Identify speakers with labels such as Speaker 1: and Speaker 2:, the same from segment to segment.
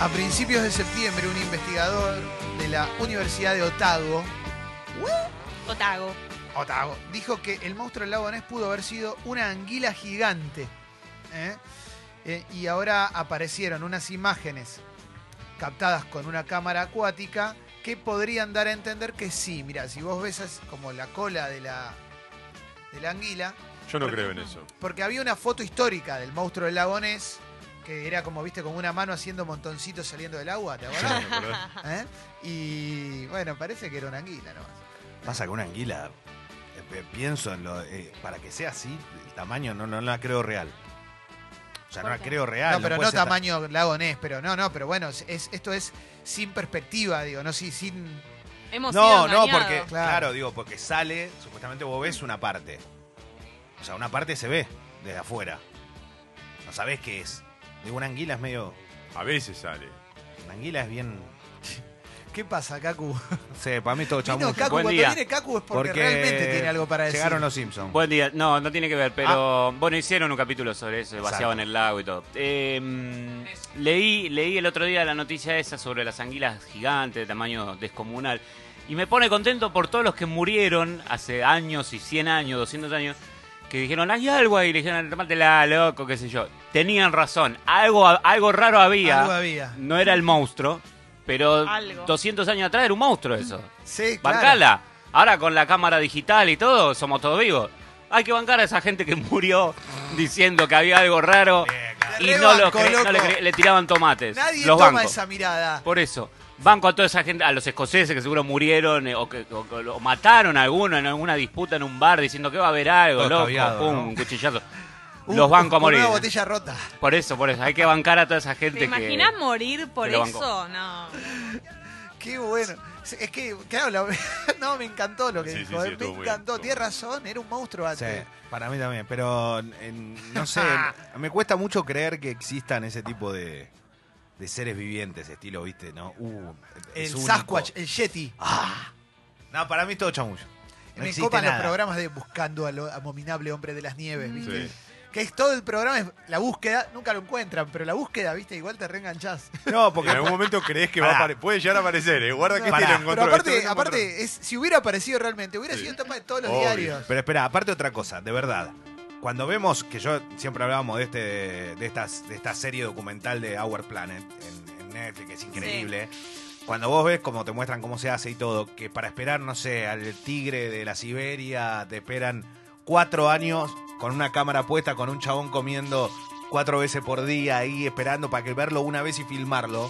Speaker 1: A principios de septiembre, un investigador de la Universidad de Otago,
Speaker 2: Otago.
Speaker 1: Otago dijo que el monstruo del lago Ness pudo haber sido una anguila gigante. ¿eh? Eh, y ahora aparecieron unas imágenes captadas con una cámara acuática que podrían dar a entender que sí. Mira, si vos ves es como la cola de la, de la anguila,
Speaker 3: Yo no creo en eso.
Speaker 1: porque había una foto histórica del monstruo del lago Ness que era como, viste, con una mano haciendo montoncitos saliendo del agua, ¿te
Speaker 3: Sí,
Speaker 1: acordás?
Speaker 3: ¿me acordás?
Speaker 1: ¿Eh? Y bueno, parece que era una anguila nomás.
Speaker 4: Pasa que una anguila, eh, pe- pienso en lo. eh, para que sea así, el tamaño no, no la creo real. O sea, no la
Speaker 2: ¿Por qué?
Speaker 4: creo real.
Speaker 1: No, pero
Speaker 4: puede
Speaker 1: no
Speaker 4: ser ta-
Speaker 1: tamaño lagonés, pero no, no, pero bueno, es- es- esto es sin perspectiva, digo, no si, sin.
Speaker 2: Hemos
Speaker 4: No,
Speaker 2: sido
Speaker 4: no,
Speaker 2: engañados.
Speaker 4: porque. Claro.
Speaker 1: Claro.
Speaker 4: digo, porque sale, supuestamente vos ves una parte. O sea, una parte se ve desde afuera. No sabés qué es. Digo, una anguila es medio.
Speaker 3: A veces sale.
Speaker 4: Una anguila es bien.
Speaker 1: ¿Qué pasa, Kaku?
Speaker 4: No sé, para mí es todo chamuyo.
Speaker 1: Vino Kaku,
Speaker 5: Buen
Speaker 1: cuando
Speaker 5: día.
Speaker 1: viene Kaku es porque, realmente tiene algo para decir.
Speaker 4: Llegaron los Simpsons.
Speaker 5: Buen día. No, no tiene que ver, pero bueno, hicieron un capítulo sobre eso,
Speaker 4: Exacto.
Speaker 5: vaciado en el lago y todo. Eh, mm, leí, leí el otro día la noticia esa sobre las anguilas gigantes de tamaño descomunal. Y me pone contento por todos los que murieron hace años y 100 años, 200 años, que dijeron, hay algo ahí, le dijeron, la loco, qué sé yo. Tenían razón, algo, algo raro había.
Speaker 1: Algo había.
Speaker 5: No era el monstruo, pero
Speaker 2: Algo.
Speaker 5: 200 años atrás era un monstruo eso.
Speaker 1: Sí, claro.
Speaker 5: Bancala. Ahora con la cámara digital y todo, somos todos vivos. Hay que bancar a esa gente que murió diciendo que había algo raro
Speaker 4: Eh,
Speaker 1: Te
Speaker 5: y no, lo
Speaker 1: rebanco,
Speaker 5: cre- no
Speaker 1: loco.
Speaker 5: le, cre- le tiraban tomates.
Speaker 1: Nadie
Speaker 5: los
Speaker 1: toma
Speaker 5: bancos.
Speaker 1: esa mirada.
Speaker 5: Por eso, banco a toda esa gente, a los escoceses que seguro murieron eh, o, que, o- o- o mataron a alguno en alguna disputa en un bar diciendo que va a haber algo,
Speaker 4: Todo
Speaker 5: loco,
Speaker 4: escabiado,
Speaker 5: pum,
Speaker 4: ¿no?
Speaker 5: un cuchillazo.
Speaker 1: Un-
Speaker 5: los banco a morir.
Speaker 1: Una botella rota.
Speaker 5: Por eso, por eso, hay que bancar a toda esa
Speaker 2: ¿Te
Speaker 5: gente que...
Speaker 2: imaginas morir por
Speaker 5: que lo bancó.
Speaker 2: eso? No.
Speaker 1: Qué bueno. Es que, claro, la- no, me encantó lo que
Speaker 3: Sí, sí,
Speaker 1: dijo. ¿eh?
Speaker 3: sí,
Speaker 1: me
Speaker 3: estuvo muy bien,
Speaker 1: encantó.
Speaker 3: estuvo
Speaker 1: Tienes
Speaker 3: muy
Speaker 1: razón, era un monstruo
Speaker 4: Sí,
Speaker 1: antes.
Speaker 4: para mí también, pero en- no sé, me cuesta mucho creer que existan ese tipo de, de seres vivientes, estilo, viste, ¿no? Uh,
Speaker 1: El
Speaker 4: es único.
Speaker 1: Sasquatch, el Yeti.
Speaker 4: Ah. no, para mí es todo chamuyo. No
Speaker 1: me
Speaker 4: existe
Speaker 1: copan los
Speaker 4: nada.
Speaker 1: programas de Buscando al abominable hombre de las
Speaker 2: Mm.
Speaker 1: nieves, ¿viste?
Speaker 3: Sí.
Speaker 1: Que es todo el programa, es la búsqueda, nunca lo encuentran, pero la búsqueda, viste, igual te reenganchás.
Speaker 4: No,
Speaker 3: Porque
Speaker 4: porque
Speaker 3: en algún momento crees que va a
Speaker 4: Pará.
Speaker 3: apare- puede llegar a aparecer, ¿eh? Guarda que este
Speaker 4: Pará.
Speaker 3: lo
Speaker 1: Pero
Speaker 3: encontró.
Speaker 1: aparte,
Speaker 3: este lo encontró.
Speaker 1: aparte es, si hubiera aparecido realmente, hubiera
Speaker 3: Sí.
Speaker 1: sido tapa de todos los
Speaker 3: Obvio.
Speaker 1: diarios.
Speaker 4: Pero espera, aparte otra cosa, de verdad. Cuando vemos, que yo siempre hablábamos de, este, de, estas, de esta serie documental de Our Planet en, en Netflix, que es increíble. Cuando vos ves cómo te muestran cómo se hace y todo, que para esperar, no sé, al tigre de la Siberia, te esperan cuatro años con una cámara puesta, con un chabón comiendo cuatro veces por día ahí esperando para que verlo una vez y filmarlo.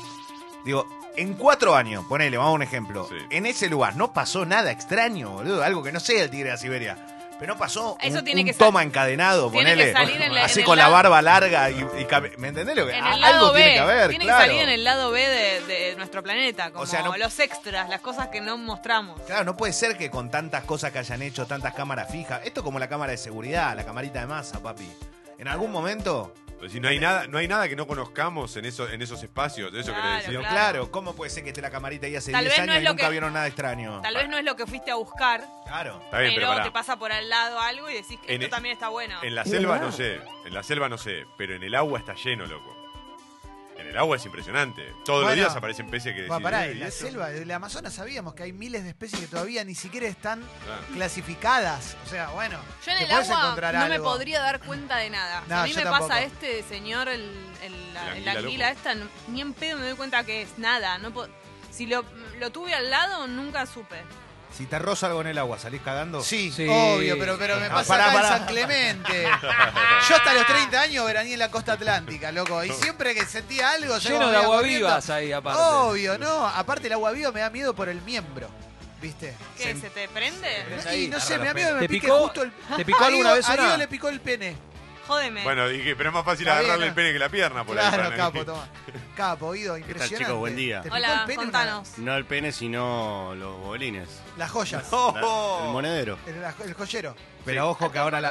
Speaker 4: Digo, en cuatro años, ponele, vamos a un ejemplo.
Speaker 3: Sí.
Speaker 4: En ese lugar no pasó nada extraño, boludo. Algo que no sea el tigre de la Siberia. Pero no pasó
Speaker 2: Eso
Speaker 4: un,
Speaker 2: tiene
Speaker 4: un
Speaker 2: que sal-
Speaker 4: toma encadenado,
Speaker 2: tiene que
Speaker 4: ponele.
Speaker 2: salir en la- en
Speaker 4: así
Speaker 2: el
Speaker 4: con la
Speaker 2: lado-
Speaker 4: barba larga y, y cabe- ¿Me entendés lo que?
Speaker 2: En
Speaker 4: a-
Speaker 2: el lado
Speaker 4: algo
Speaker 2: B.
Speaker 4: tiene que haber, claro.
Speaker 2: salir en el lado B de, de nuestro planeta, como
Speaker 4: O sea, no-
Speaker 2: los extras, las cosas que no mostramos.
Speaker 4: Claro, no puede ser que con tantas cosas que hayan hecho, tantas cámaras fijas. Esto es como la cámara de seguridad, la camarita de masa, papi. En algún momento
Speaker 3: Es decir, no hay nada, no hay nada que no conozcamos en esos, en esos espacios. Eso
Speaker 2: Claro,
Speaker 3: querés decir.
Speaker 4: Pero
Speaker 2: Claro.
Speaker 4: claro, ¿cómo puede ser que esté la camarita ahí hace
Speaker 2: Tal
Speaker 4: 10
Speaker 2: vez no
Speaker 4: años
Speaker 2: es
Speaker 4: y
Speaker 2: lo
Speaker 4: nunca
Speaker 2: que-
Speaker 4: vieron nada extraño?
Speaker 2: Tal vez no es lo que fuiste a buscar,
Speaker 4: Claro.
Speaker 3: Está bien, pero,
Speaker 2: pero,
Speaker 3: pará.
Speaker 2: te pasa por al lado algo y decís que
Speaker 3: En
Speaker 2: esto
Speaker 3: el-
Speaker 2: también está bueno.
Speaker 3: En la selva no sé, en la selva no sé, pero en el agua está lleno, loco. En el agua es impresionante. Todos los
Speaker 1: Bueno.
Speaker 3: días aparecen peces que
Speaker 1: Va,
Speaker 3: decís,
Speaker 1: pará,
Speaker 3: "Eh,
Speaker 1: en
Speaker 3: ¿y
Speaker 1: la
Speaker 3: esto?".
Speaker 1: selva, en el Amazonas sabíamos que hay miles de especies que todavía ni siquiera están
Speaker 3: Claro.
Speaker 1: clasificadas. O sea, bueno,
Speaker 2: Yo en
Speaker 1: te
Speaker 2: el
Speaker 1: podés
Speaker 2: agua no
Speaker 1: encontrar
Speaker 2: me
Speaker 1: algo.
Speaker 2: podría dar cuenta de nada. Si
Speaker 1: No,
Speaker 2: a mí
Speaker 1: yo
Speaker 2: me
Speaker 1: tampoco.
Speaker 2: pasa este señor, el, el- la,
Speaker 3: El
Speaker 2: la
Speaker 3: anguila
Speaker 2: anguila
Speaker 3: loco.
Speaker 2: esta, no- ni en pedo me doy cuenta que es nada. No po- si lo, lo tuve al lado, nunca supe.
Speaker 4: Si te roza algo en el agua, ¿salís cagando?
Speaker 1: Sí,
Speaker 5: Sí.
Speaker 1: obvio, pero, pero me
Speaker 4: No,
Speaker 1: pasa
Speaker 4: pará,
Speaker 1: acá en
Speaker 4: pará.
Speaker 1: San Clemente. Yo hasta los 30 años veraní en la costa atlántica, loco. Y siempre que sentía algo, yo me
Speaker 6: Lleno de
Speaker 1: iba
Speaker 6: aguavivas
Speaker 1: corriendo.
Speaker 6: ahí, aparte.
Speaker 1: Obvio, no. Aparte, el agua viva me da miedo por el miembro, ¿viste?
Speaker 2: ¿Qué? ¿Se, te prende?
Speaker 6: Sí.
Speaker 1: Y
Speaker 6: Ahí,
Speaker 1: no sé,
Speaker 4: agarra
Speaker 1: mi
Speaker 4: la
Speaker 1: amigo
Speaker 4: pena.
Speaker 1: me
Speaker 6: ¿Te
Speaker 1: pique
Speaker 6: picó-
Speaker 1: justo el.
Speaker 6: te picó alguna
Speaker 1: A Guido-
Speaker 6: vez
Speaker 1: A
Speaker 6: una?
Speaker 1: Guido le picó el pene.
Speaker 2: Jódeme.
Speaker 3: Bueno, dije, pero es más fácil
Speaker 1: Está bien,
Speaker 3: agarrarle
Speaker 1: ¿no?
Speaker 3: el pene que la pierna por ahí.
Speaker 1: Claro,
Speaker 3: para-
Speaker 1: capo, toma. Capo, Guido,
Speaker 7: tal,
Speaker 1: impresionante.
Speaker 7: chicos? Buen día.
Speaker 1: ¿Te picó
Speaker 2: Hola,
Speaker 1: el pene una-
Speaker 2: contanos.
Speaker 7: No el pene, sino los bolines.
Speaker 1: Las joyas.
Speaker 7: La- el monedero.
Speaker 1: El, la- el joyero.
Speaker 4: Pero ojo que ahora la...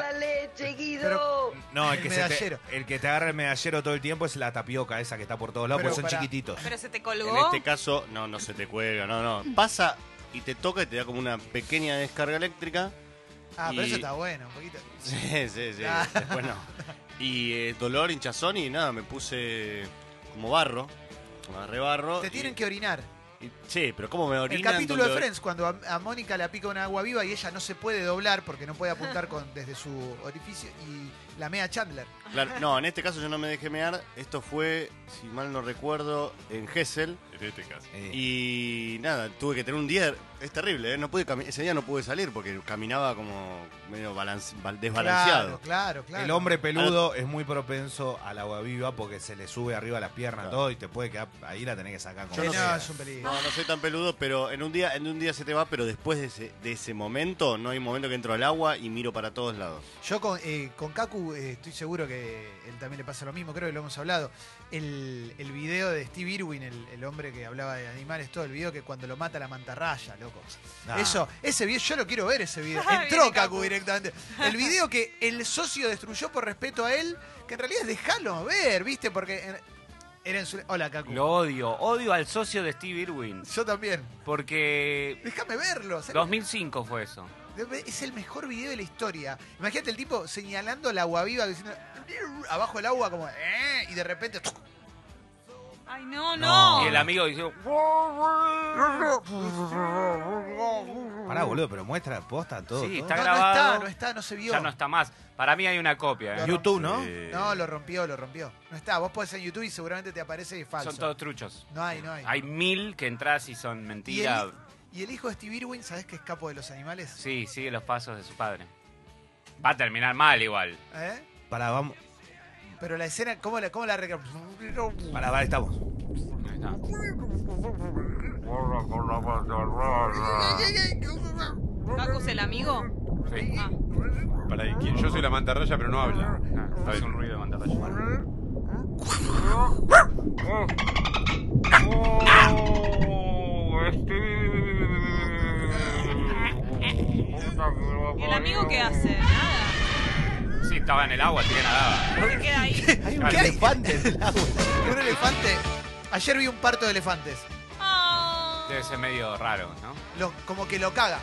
Speaker 1: Pero,
Speaker 4: No, el que,
Speaker 1: El
Speaker 4: se te-
Speaker 1: medallero.
Speaker 4: el que te agarra el medallero todo el tiempo es la tapioca esa que está por todos lados,
Speaker 1: Pero
Speaker 4: porque son
Speaker 1: pará.
Speaker 4: chiquititos.
Speaker 2: Pero se te
Speaker 7: En
Speaker 2: colgó.
Speaker 7: este caso, no, no se te cuelga, no, no. Pasa y te toca y te da como una pequeña descarga eléctrica.
Speaker 1: ah, pero
Speaker 7: Y-
Speaker 1: eso está bueno, un poquito.
Speaker 7: Sí, sí, sí.
Speaker 1: Ah.
Speaker 7: Después no. Y eh, dolor, hinchazón y nada, me puse como barro. me rebarro.
Speaker 1: Te
Speaker 7: y-
Speaker 1: tienen que orinar.
Speaker 7: y- sí, pero ¿cómo me
Speaker 1: El
Speaker 7: orinan?
Speaker 1: capítulo de
Speaker 7: donde-
Speaker 1: Friends, cuando a, a Mónica la pica una agua viva y ella no se puede doblar porque no puede apuntar con, desde su orificio y la mea Chandler.
Speaker 7: Claro, no, en este caso yo no me dejé mear. Esto fue, si mal no recuerdo, en Hessel.
Speaker 3: En este caso.
Speaker 4: Eh,
Speaker 7: Y nada, tuve que tener un día. Es terrible, ¿eh? No pude cami- ese día no pude salir porque caminaba como medio balance- bal- desbalanceado.
Speaker 1: Claro, claro, claro.
Speaker 4: El hombre peludo es muy propenso al agua viva porque se le sube arriba las piernas
Speaker 7: Claro.
Speaker 4: todo y te puede quedar ahí la tenés que sacar con
Speaker 1: Sí,
Speaker 4: la
Speaker 1: no,
Speaker 4: seda.
Speaker 1: es un peligro.
Speaker 7: No, no soy tan peludo, pero en un día, en un día se te va, pero después de ese, de ese momento, no hay momento que entro al agua y miro para todos lados.
Speaker 1: Yo con, eh, con Kaku eh, estoy seguro que él también le pasa lo mismo, creo que lo hemos hablado. El, el video de Steve Irwin, el, el hombre que hablaba de animales, todo el video que cuando lo mata la mantarraya, loco.
Speaker 4: Ah.
Speaker 1: Eso, ese video, yo lo quiero ver ese video.
Speaker 2: Viene
Speaker 1: Entró Kaku
Speaker 2: Kaku.
Speaker 1: directamente. El video que el socio destruyó por respeto a él, que en realidad es dejarlo ver, ¿viste? Porque en- era en su... Hola, Kaku.
Speaker 5: Lo odio, odio al socio de Steve Irwin.
Speaker 1: Yo también.
Speaker 5: Porque
Speaker 1: Déjame verlo. ¿sabes?
Speaker 5: 2005 fue eso.
Speaker 1: Es el mejor video de la historia. Imagínate el tipo señalando la agua viva, diciendo abajo el agua, como "Eh", y de repente.
Speaker 2: Ay, no, no.
Speaker 1: Oh.
Speaker 5: Y el amigo dice,
Speaker 4: Pará, boludo, pero muestra posta todo.
Speaker 5: Sí,
Speaker 4: todo.
Speaker 5: está
Speaker 1: no,
Speaker 5: grabado.
Speaker 1: no está, no está, no se vio.
Speaker 5: ya no está más. Para mí hay una copia. ¿eh?
Speaker 1: Claro.
Speaker 4: YouTube, ¿no?
Speaker 3: Eh,
Speaker 1: No, lo rompió, lo rompió. No está. Vos podés en YouTube y seguramente te aparece y es falso.
Speaker 5: Son todos truchos.
Speaker 1: No hay, no hay.
Speaker 5: Hay mil que entras y son
Speaker 1: y, el,
Speaker 5: mentiras.
Speaker 1: y el hijo de Steve Irwin, ¿sabés que es capo de los animales?
Speaker 5: Sí, sigue los pasos de su padre. Va a terminar mal igual.
Speaker 1: ¿Eh?
Speaker 4: Pará, vamos.
Speaker 1: Pero la escena, ¿cómo la, cómo la recre-
Speaker 4: Pará, vale, estamos.
Speaker 5: Ahí está.
Speaker 2: Kaku es el amigo.
Speaker 5: Sí.
Speaker 2: Ah,
Speaker 3: Para ahí, ¿quién? Yo soy la mantarraya, pero no habla.
Speaker 5: Ah, hace un ruido de mantarraya. Oh, este.
Speaker 2: ¿Y el amigo qué hace? Nada.
Speaker 5: Sí, estaba en el agua, así que nadaba.
Speaker 2: Se queda ahí.
Speaker 4: Hay
Speaker 1: un elefante
Speaker 4: en el agua.
Speaker 1: Un elefante. Ayer vi un parto de elefantes.
Speaker 2: Ah.
Speaker 5: Debe ser medio raro, ¿no?
Speaker 1: Lo- como que lo caga.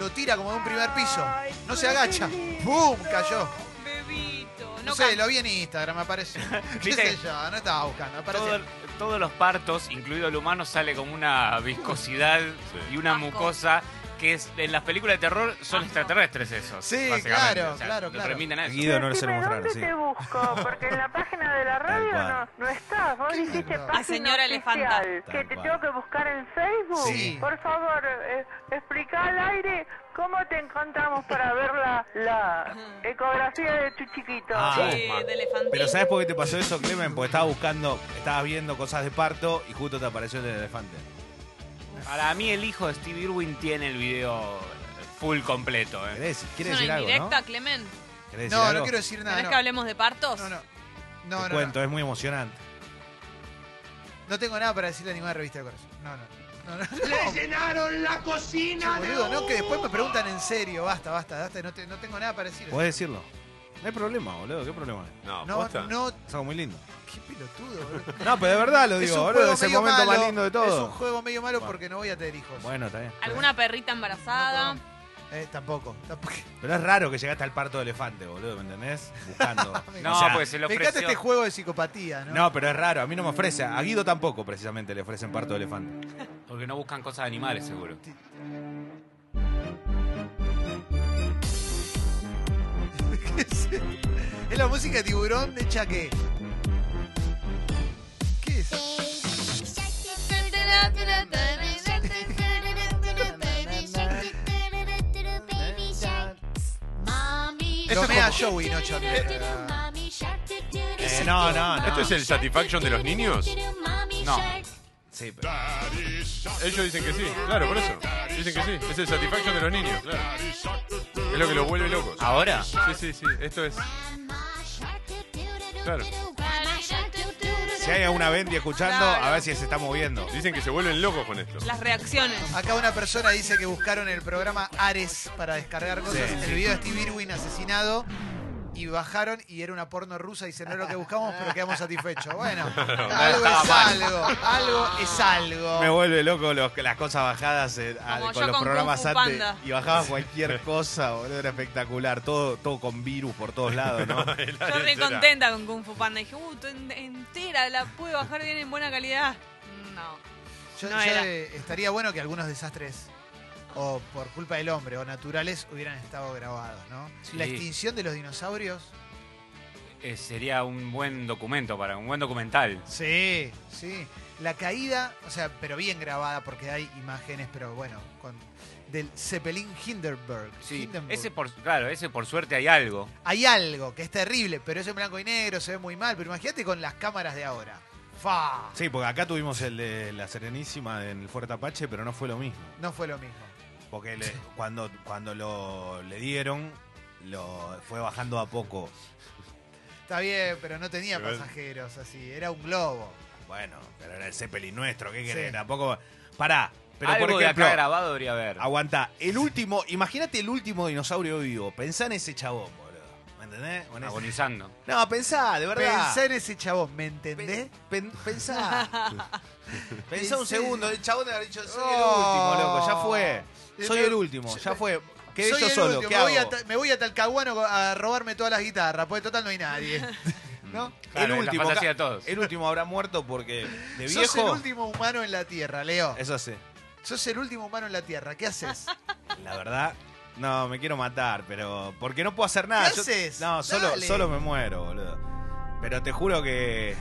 Speaker 1: Lo tira como de un primer piso. No se agacha. ¡Bum! Cayó.
Speaker 2: Bebito. No,
Speaker 1: No sé,
Speaker 2: can-
Speaker 1: lo vi en Instagram, me apareció. ¿Qué
Speaker 5: Viste-
Speaker 1: sé yo? No estaba buscando, me apareció.
Speaker 5: Todo- todos los partos, incluido el humano, sale con una viscosidad
Speaker 3: Sí.
Speaker 5: y una
Speaker 2: Asco.
Speaker 5: mucosa que es, en las películas de terror son extraterrestres esos.
Speaker 1: Sí,
Speaker 5: básicamente.
Speaker 1: claro,
Speaker 5: O sea,
Speaker 1: claro,
Speaker 5: no
Speaker 1: claro.
Speaker 5: remiten a eso.
Speaker 4: Guido no se lo
Speaker 6: Decime,
Speaker 4: mostraron,
Speaker 6: ¿dónde
Speaker 4: sí.
Speaker 6: te busco? Porque en la página de la radio
Speaker 4: cual.
Speaker 6: no, no estás. Vos dijiste
Speaker 1: cual.
Speaker 6: página
Speaker 2: La señora
Speaker 6: oficial,
Speaker 2: elefanta.
Speaker 4: Tal
Speaker 6: que te
Speaker 4: cual.
Speaker 6: tengo que buscar en Facebook.
Speaker 1: Sí.
Speaker 6: Por favor, eh, explica al aire cómo te encontramos para ver la, la ecografía de tu chiquito.
Speaker 4: Ah,
Speaker 2: Sí, de elefantín.
Speaker 4: Pero ¿sabes por qué te pasó eso, Clemen? Porque estabas buscando, estabas viendo cosas de parto y justo te apareció el elefante.
Speaker 5: Para mí el hijo de Steve Irwin tiene el video full completo. ¿eh?
Speaker 4: ¿Querés,
Speaker 2: ¿Es
Speaker 4: quieres
Speaker 2: una
Speaker 4: decir algo, no?
Speaker 2: indirecta, Clemen?
Speaker 4: ¿Querés decir
Speaker 1: No, no
Speaker 4: algo?
Speaker 1: quiero decir nada.
Speaker 2: ¿Querés
Speaker 1: No,
Speaker 2: que hablemos de partos?
Speaker 1: no. no.
Speaker 4: Te
Speaker 1: No, no,
Speaker 4: cuento,
Speaker 1: no.
Speaker 4: es muy emocionante.
Speaker 1: No tengo nada para decirle a ninguna revista de corazón. No, no. ¡Le llenaron la cocina! boludo, no, que después me preguntan en serio. Basta, basta, basta. No, te- no tengo nada para decir.
Speaker 4: Podés decirlo. No hay problema, boludo, ¿qué problema hay?
Speaker 3: No,
Speaker 1: No,
Speaker 3: posta.
Speaker 1: no.
Speaker 4: Es algo muy lindo.
Speaker 1: Qué pelotudo, boludo.
Speaker 4: No, pero de verdad lo
Speaker 1: es un
Speaker 4: digo,
Speaker 1: juego
Speaker 4: boludo, es el
Speaker 1: medio
Speaker 4: momento más
Speaker 1: malo,
Speaker 4: lindo de
Speaker 1: Es un
Speaker 4: todo.
Speaker 1: juego medio malo
Speaker 4: Bueno.
Speaker 1: porque no voy a tener hijos.
Speaker 4: Bueno, está bien.
Speaker 2: ¿Alguna perrita embarazada?
Speaker 1: Eh, tampoco, tampoco.
Speaker 4: Pero es raro que llegaste al parto de elefante, boludo, ¿me entendés? Buscando.
Speaker 5: No,
Speaker 4: O sea,
Speaker 5: pues se lo
Speaker 1: Me encanta
Speaker 5: ofreció.
Speaker 1: este juego de psicopatía, ¿no?
Speaker 4: No, pero es raro, a mí no me ofrece. A Guido tampoco, precisamente, le ofrecen parto de elefante.
Speaker 5: Porque no buscan cosas de animales, seguro.
Speaker 1: ¿Qué es? Es la música de tiburón de Chaque. ¿Qué es? Lo mea Joey, no Chaque.
Speaker 4: Eh, no, no, no.
Speaker 3: ¿Esto es el satisfaction de los niños?
Speaker 5: No.
Speaker 4: Sí, pero...
Speaker 3: Ellos dicen que sí, claro, por eso. Dicen que sí. Es el satisfaction de los niños, claro. Es lo que los vuelve locos.
Speaker 5: ¿Ahora?
Speaker 3: Sí, sí, sí. Esto es. Claro.
Speaker 4: Si hay alguna Bendy escuchando, a ver si se está moviendo.
Speaker 3: Dicen que se vuelven locos con esto.
Speaker 2: Las reacciones.
Speaker 1: Acá una persona dice que buscaron el programa Ares para descargar cosas. el video de Steve Irwin asesinado. Y y bajaron y era una porno rusa y se no era lo que buscamos, pero quedamos satisfechos. Bueno, algo
Speaker 5: estaba
Speaker 1: es
Speaker 5: mal.
Speaker 1: algo, algo es algo.
Speaker 4: Me vuelve loco los- las cosas bajadas eh, a-
Speaker 2: Como yo
Speaker 4: con los
Speaker 2: con
Speaker 4: programas
Speaker 2: Kung Fu
Speaker 4: antes.
Speaker 2: Panda.
Speaker 4: Y bajaba cualquier cosa, boludo, era espectacular. Todo, todo con virus por todos lados, ¿no?
Speaker 2: Yo re contenta con Kung Fu Panda. Dije, uh, to- en- entera, la pude bajar bien en buena calidad. No.
Speaker 1: Yo,
Speaker 2: No
Speaker 1: yo,
Speaker 2: era.
Speaker 1: eh, estaría bueno que algunos desastres, o por culpa del hombre, o naturales, hubieran estado grabados, ¿no?
Speaker 5: Sí.
Speaker 1: La extinción de los dinosaurios.
Speaker 5: Eh, sería un buen documento para un buen documental.
Speaker 1: Sí, sí. La caída, o sea, pero bien grabada porque hay imágenes, pero bueno, con del Zeppelin Hindenburg.
Speaker 5: Sí,
Speaker 1: Hindenburg.
Speaker 5: ese por, claro, ese por suerte hay algo.
Speaker 1: Hay algo que es terrible, pero eso en blanco y negro se ve muy mal, pero imagínate con las cámaras de ahora. Fa.
Speaker 4: Sí, porque acá tuvimos el de la Serenísima en el Fuerte Apache, pero no fue lo mismo.
Speaker 1: No fue lo mismo.
Speaker 4: Porque le- cuando, cuando lo le dieron, lo fue bajando a poco.
Speaker 1: Está bien, pero no tenía
Speaker 3: Igual.
Speaker 1: pasajeros así, era un globo.
Speaker 4: Bueno, pero era el Zeppelin nuestro, ¿qué querés?
Speaker 1: Sí.
Speaker 4: Tampoco. Pará, pero
Speaker 5: algo
Speaker 4: por
Speaker 5: de
Speaker 4: ejemplo.
Speaker 5: acá grabado debería haber.
Speaker 4: Aguanta, el último, imagínate el último dinosaurio vivo. Pensá en ese chabón, boludo. ¿Me entendés? Con ese-
Speaker 5: Agonizando.
Speaker 4: No, pensá, de verdad.
Speaker 1: Ah, Pensá en ese chabón, ¿me entendés?
Speaker 4: Pen- pen- pensá. pensá un
Speaker 1: Pensé-
Speaker 4: segundo. El chabón debe haber dicho, soy el
Speaker 1: Oh.
Speaker 4: último, loco, ya fue. Soy
Speaker 1: Pero-
Speaker 4: el último, ya fue. Quedé
Speaker 1: Soy
Speaker 4: yo
Speaker 1: el
Speaker 4: solo,
Speaker 1: último,
Speaker 4: ¿qué
Speaker 1: me, voy
Speaker 4: hago?
Speaker 1: a, ta- me voy a Talcahuano a robarme todas las guitarras, porque total no hay nadie. ¿No?
Speaker 5: Claro,
Speaker 4: el
Speaker 5: es la
Speaker 4: último.
Speaker 5: fantasía
Speaker 4: ca-
Speaker 5: de todos.
Speaker 4: El último habrá muerto porque de
Speaker 1: Sos el
Speaker 4: viejo.
Speaker 1: último humano en la Tierra, Leo.
Speaker 4: Eso sí.
Speaker 1: Sos el último humano en la Tierra. ¿Qué haces?
Speaker 4: La verdad, no, me quiero matar, pero. Porque no puedo hacer nada.
Speaker 1: ¿Qué haces?
Speaker 4: No, solo,
Speaker 1: Dale.
Speaker 4: solo me muero, boludo. Pero te juro que.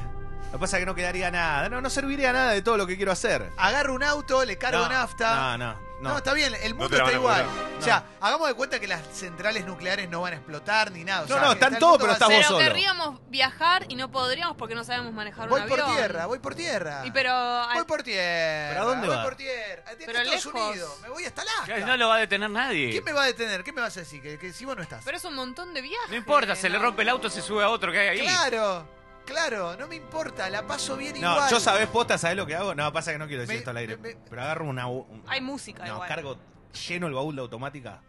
Speaker 4: Lo que pasa es que no quedaría nada. No, no serviría nada de todo lo que quiero hacer.
Speaker 1: Agarro un auto, le cargo
Speaker 4: No,
Speaker 1: nafta.
Speaker 4: No, no,
Speaker 1: No,
Speaker 4: no.
Speaker 1: está bien, el
Speaker 3: te
Speaker 1: mundo
Speaker 3: la
Speaker 1: está
Speaker 3: van a
Speaker 1: igual. O sea, hagamos de cuenta que las centrales nucleares no van a explotar ni nada. o
Speaker 4: No,
Speaker 1: sea,
Speaker 4: no,
Speaker 1: que
Speaker 4: están
Speaker 1: está el mundo
Speaker 4: todos, pero
Speaker 1: va a
Speaker 4: estás
Speaker 1: ser-
Speaker 2: Pero
Speaker 4: solo.
Speaker 2: querríamos viajar y no podríamos porque no sabemos manejar
Speaker 1: Voy
Speaker 2: un
Speaker 1: por
Speaker 2: avión.
Speaker 1: tierra, voy por tierra.
Speaker 2: Y pero
Speaker 1: Voy por tierra.
Speaker 4: ¿Pero a dónde
Speaker 1: voy
Speaker 4: va?
Speaker 1: por tierra. Aquí
Speaker 2: Pero
Speaker 1: a Estados
Speaker 2: lejos.
Speaker 1: Unidos. Me voy hasta Alaska.
Speaker 5: No lo va a detener nadie.
Speaker 1: ¿Quién me va a detener? ¿Qué me vas a decir? Que, que si vos no estás.
Speaker 2: Pero es un montón de viajes.
Speaker 5: No importa, se le
Speaker 2: ¿no?
Speaker 5: rompe el auto, se sube a otro que hay ahí.
Speaker 1: Claro, claro, no me importa, la paso bien
Speaker 4: No,
Speaker 1: igual.
Speaker 4: yo sabés posta, sabés lo que hago. No, pasa que no quiero decir
Speaker 1: Me-
Speaker 4: esto al aire.
Speaker 1: me- me-
Speaker 4: Pero agarro una. un-
Speaker 2: Hay música
Speaker 4: No,
Speaker 2: igual.
Speaker 4: cargo lleno el baúl de automática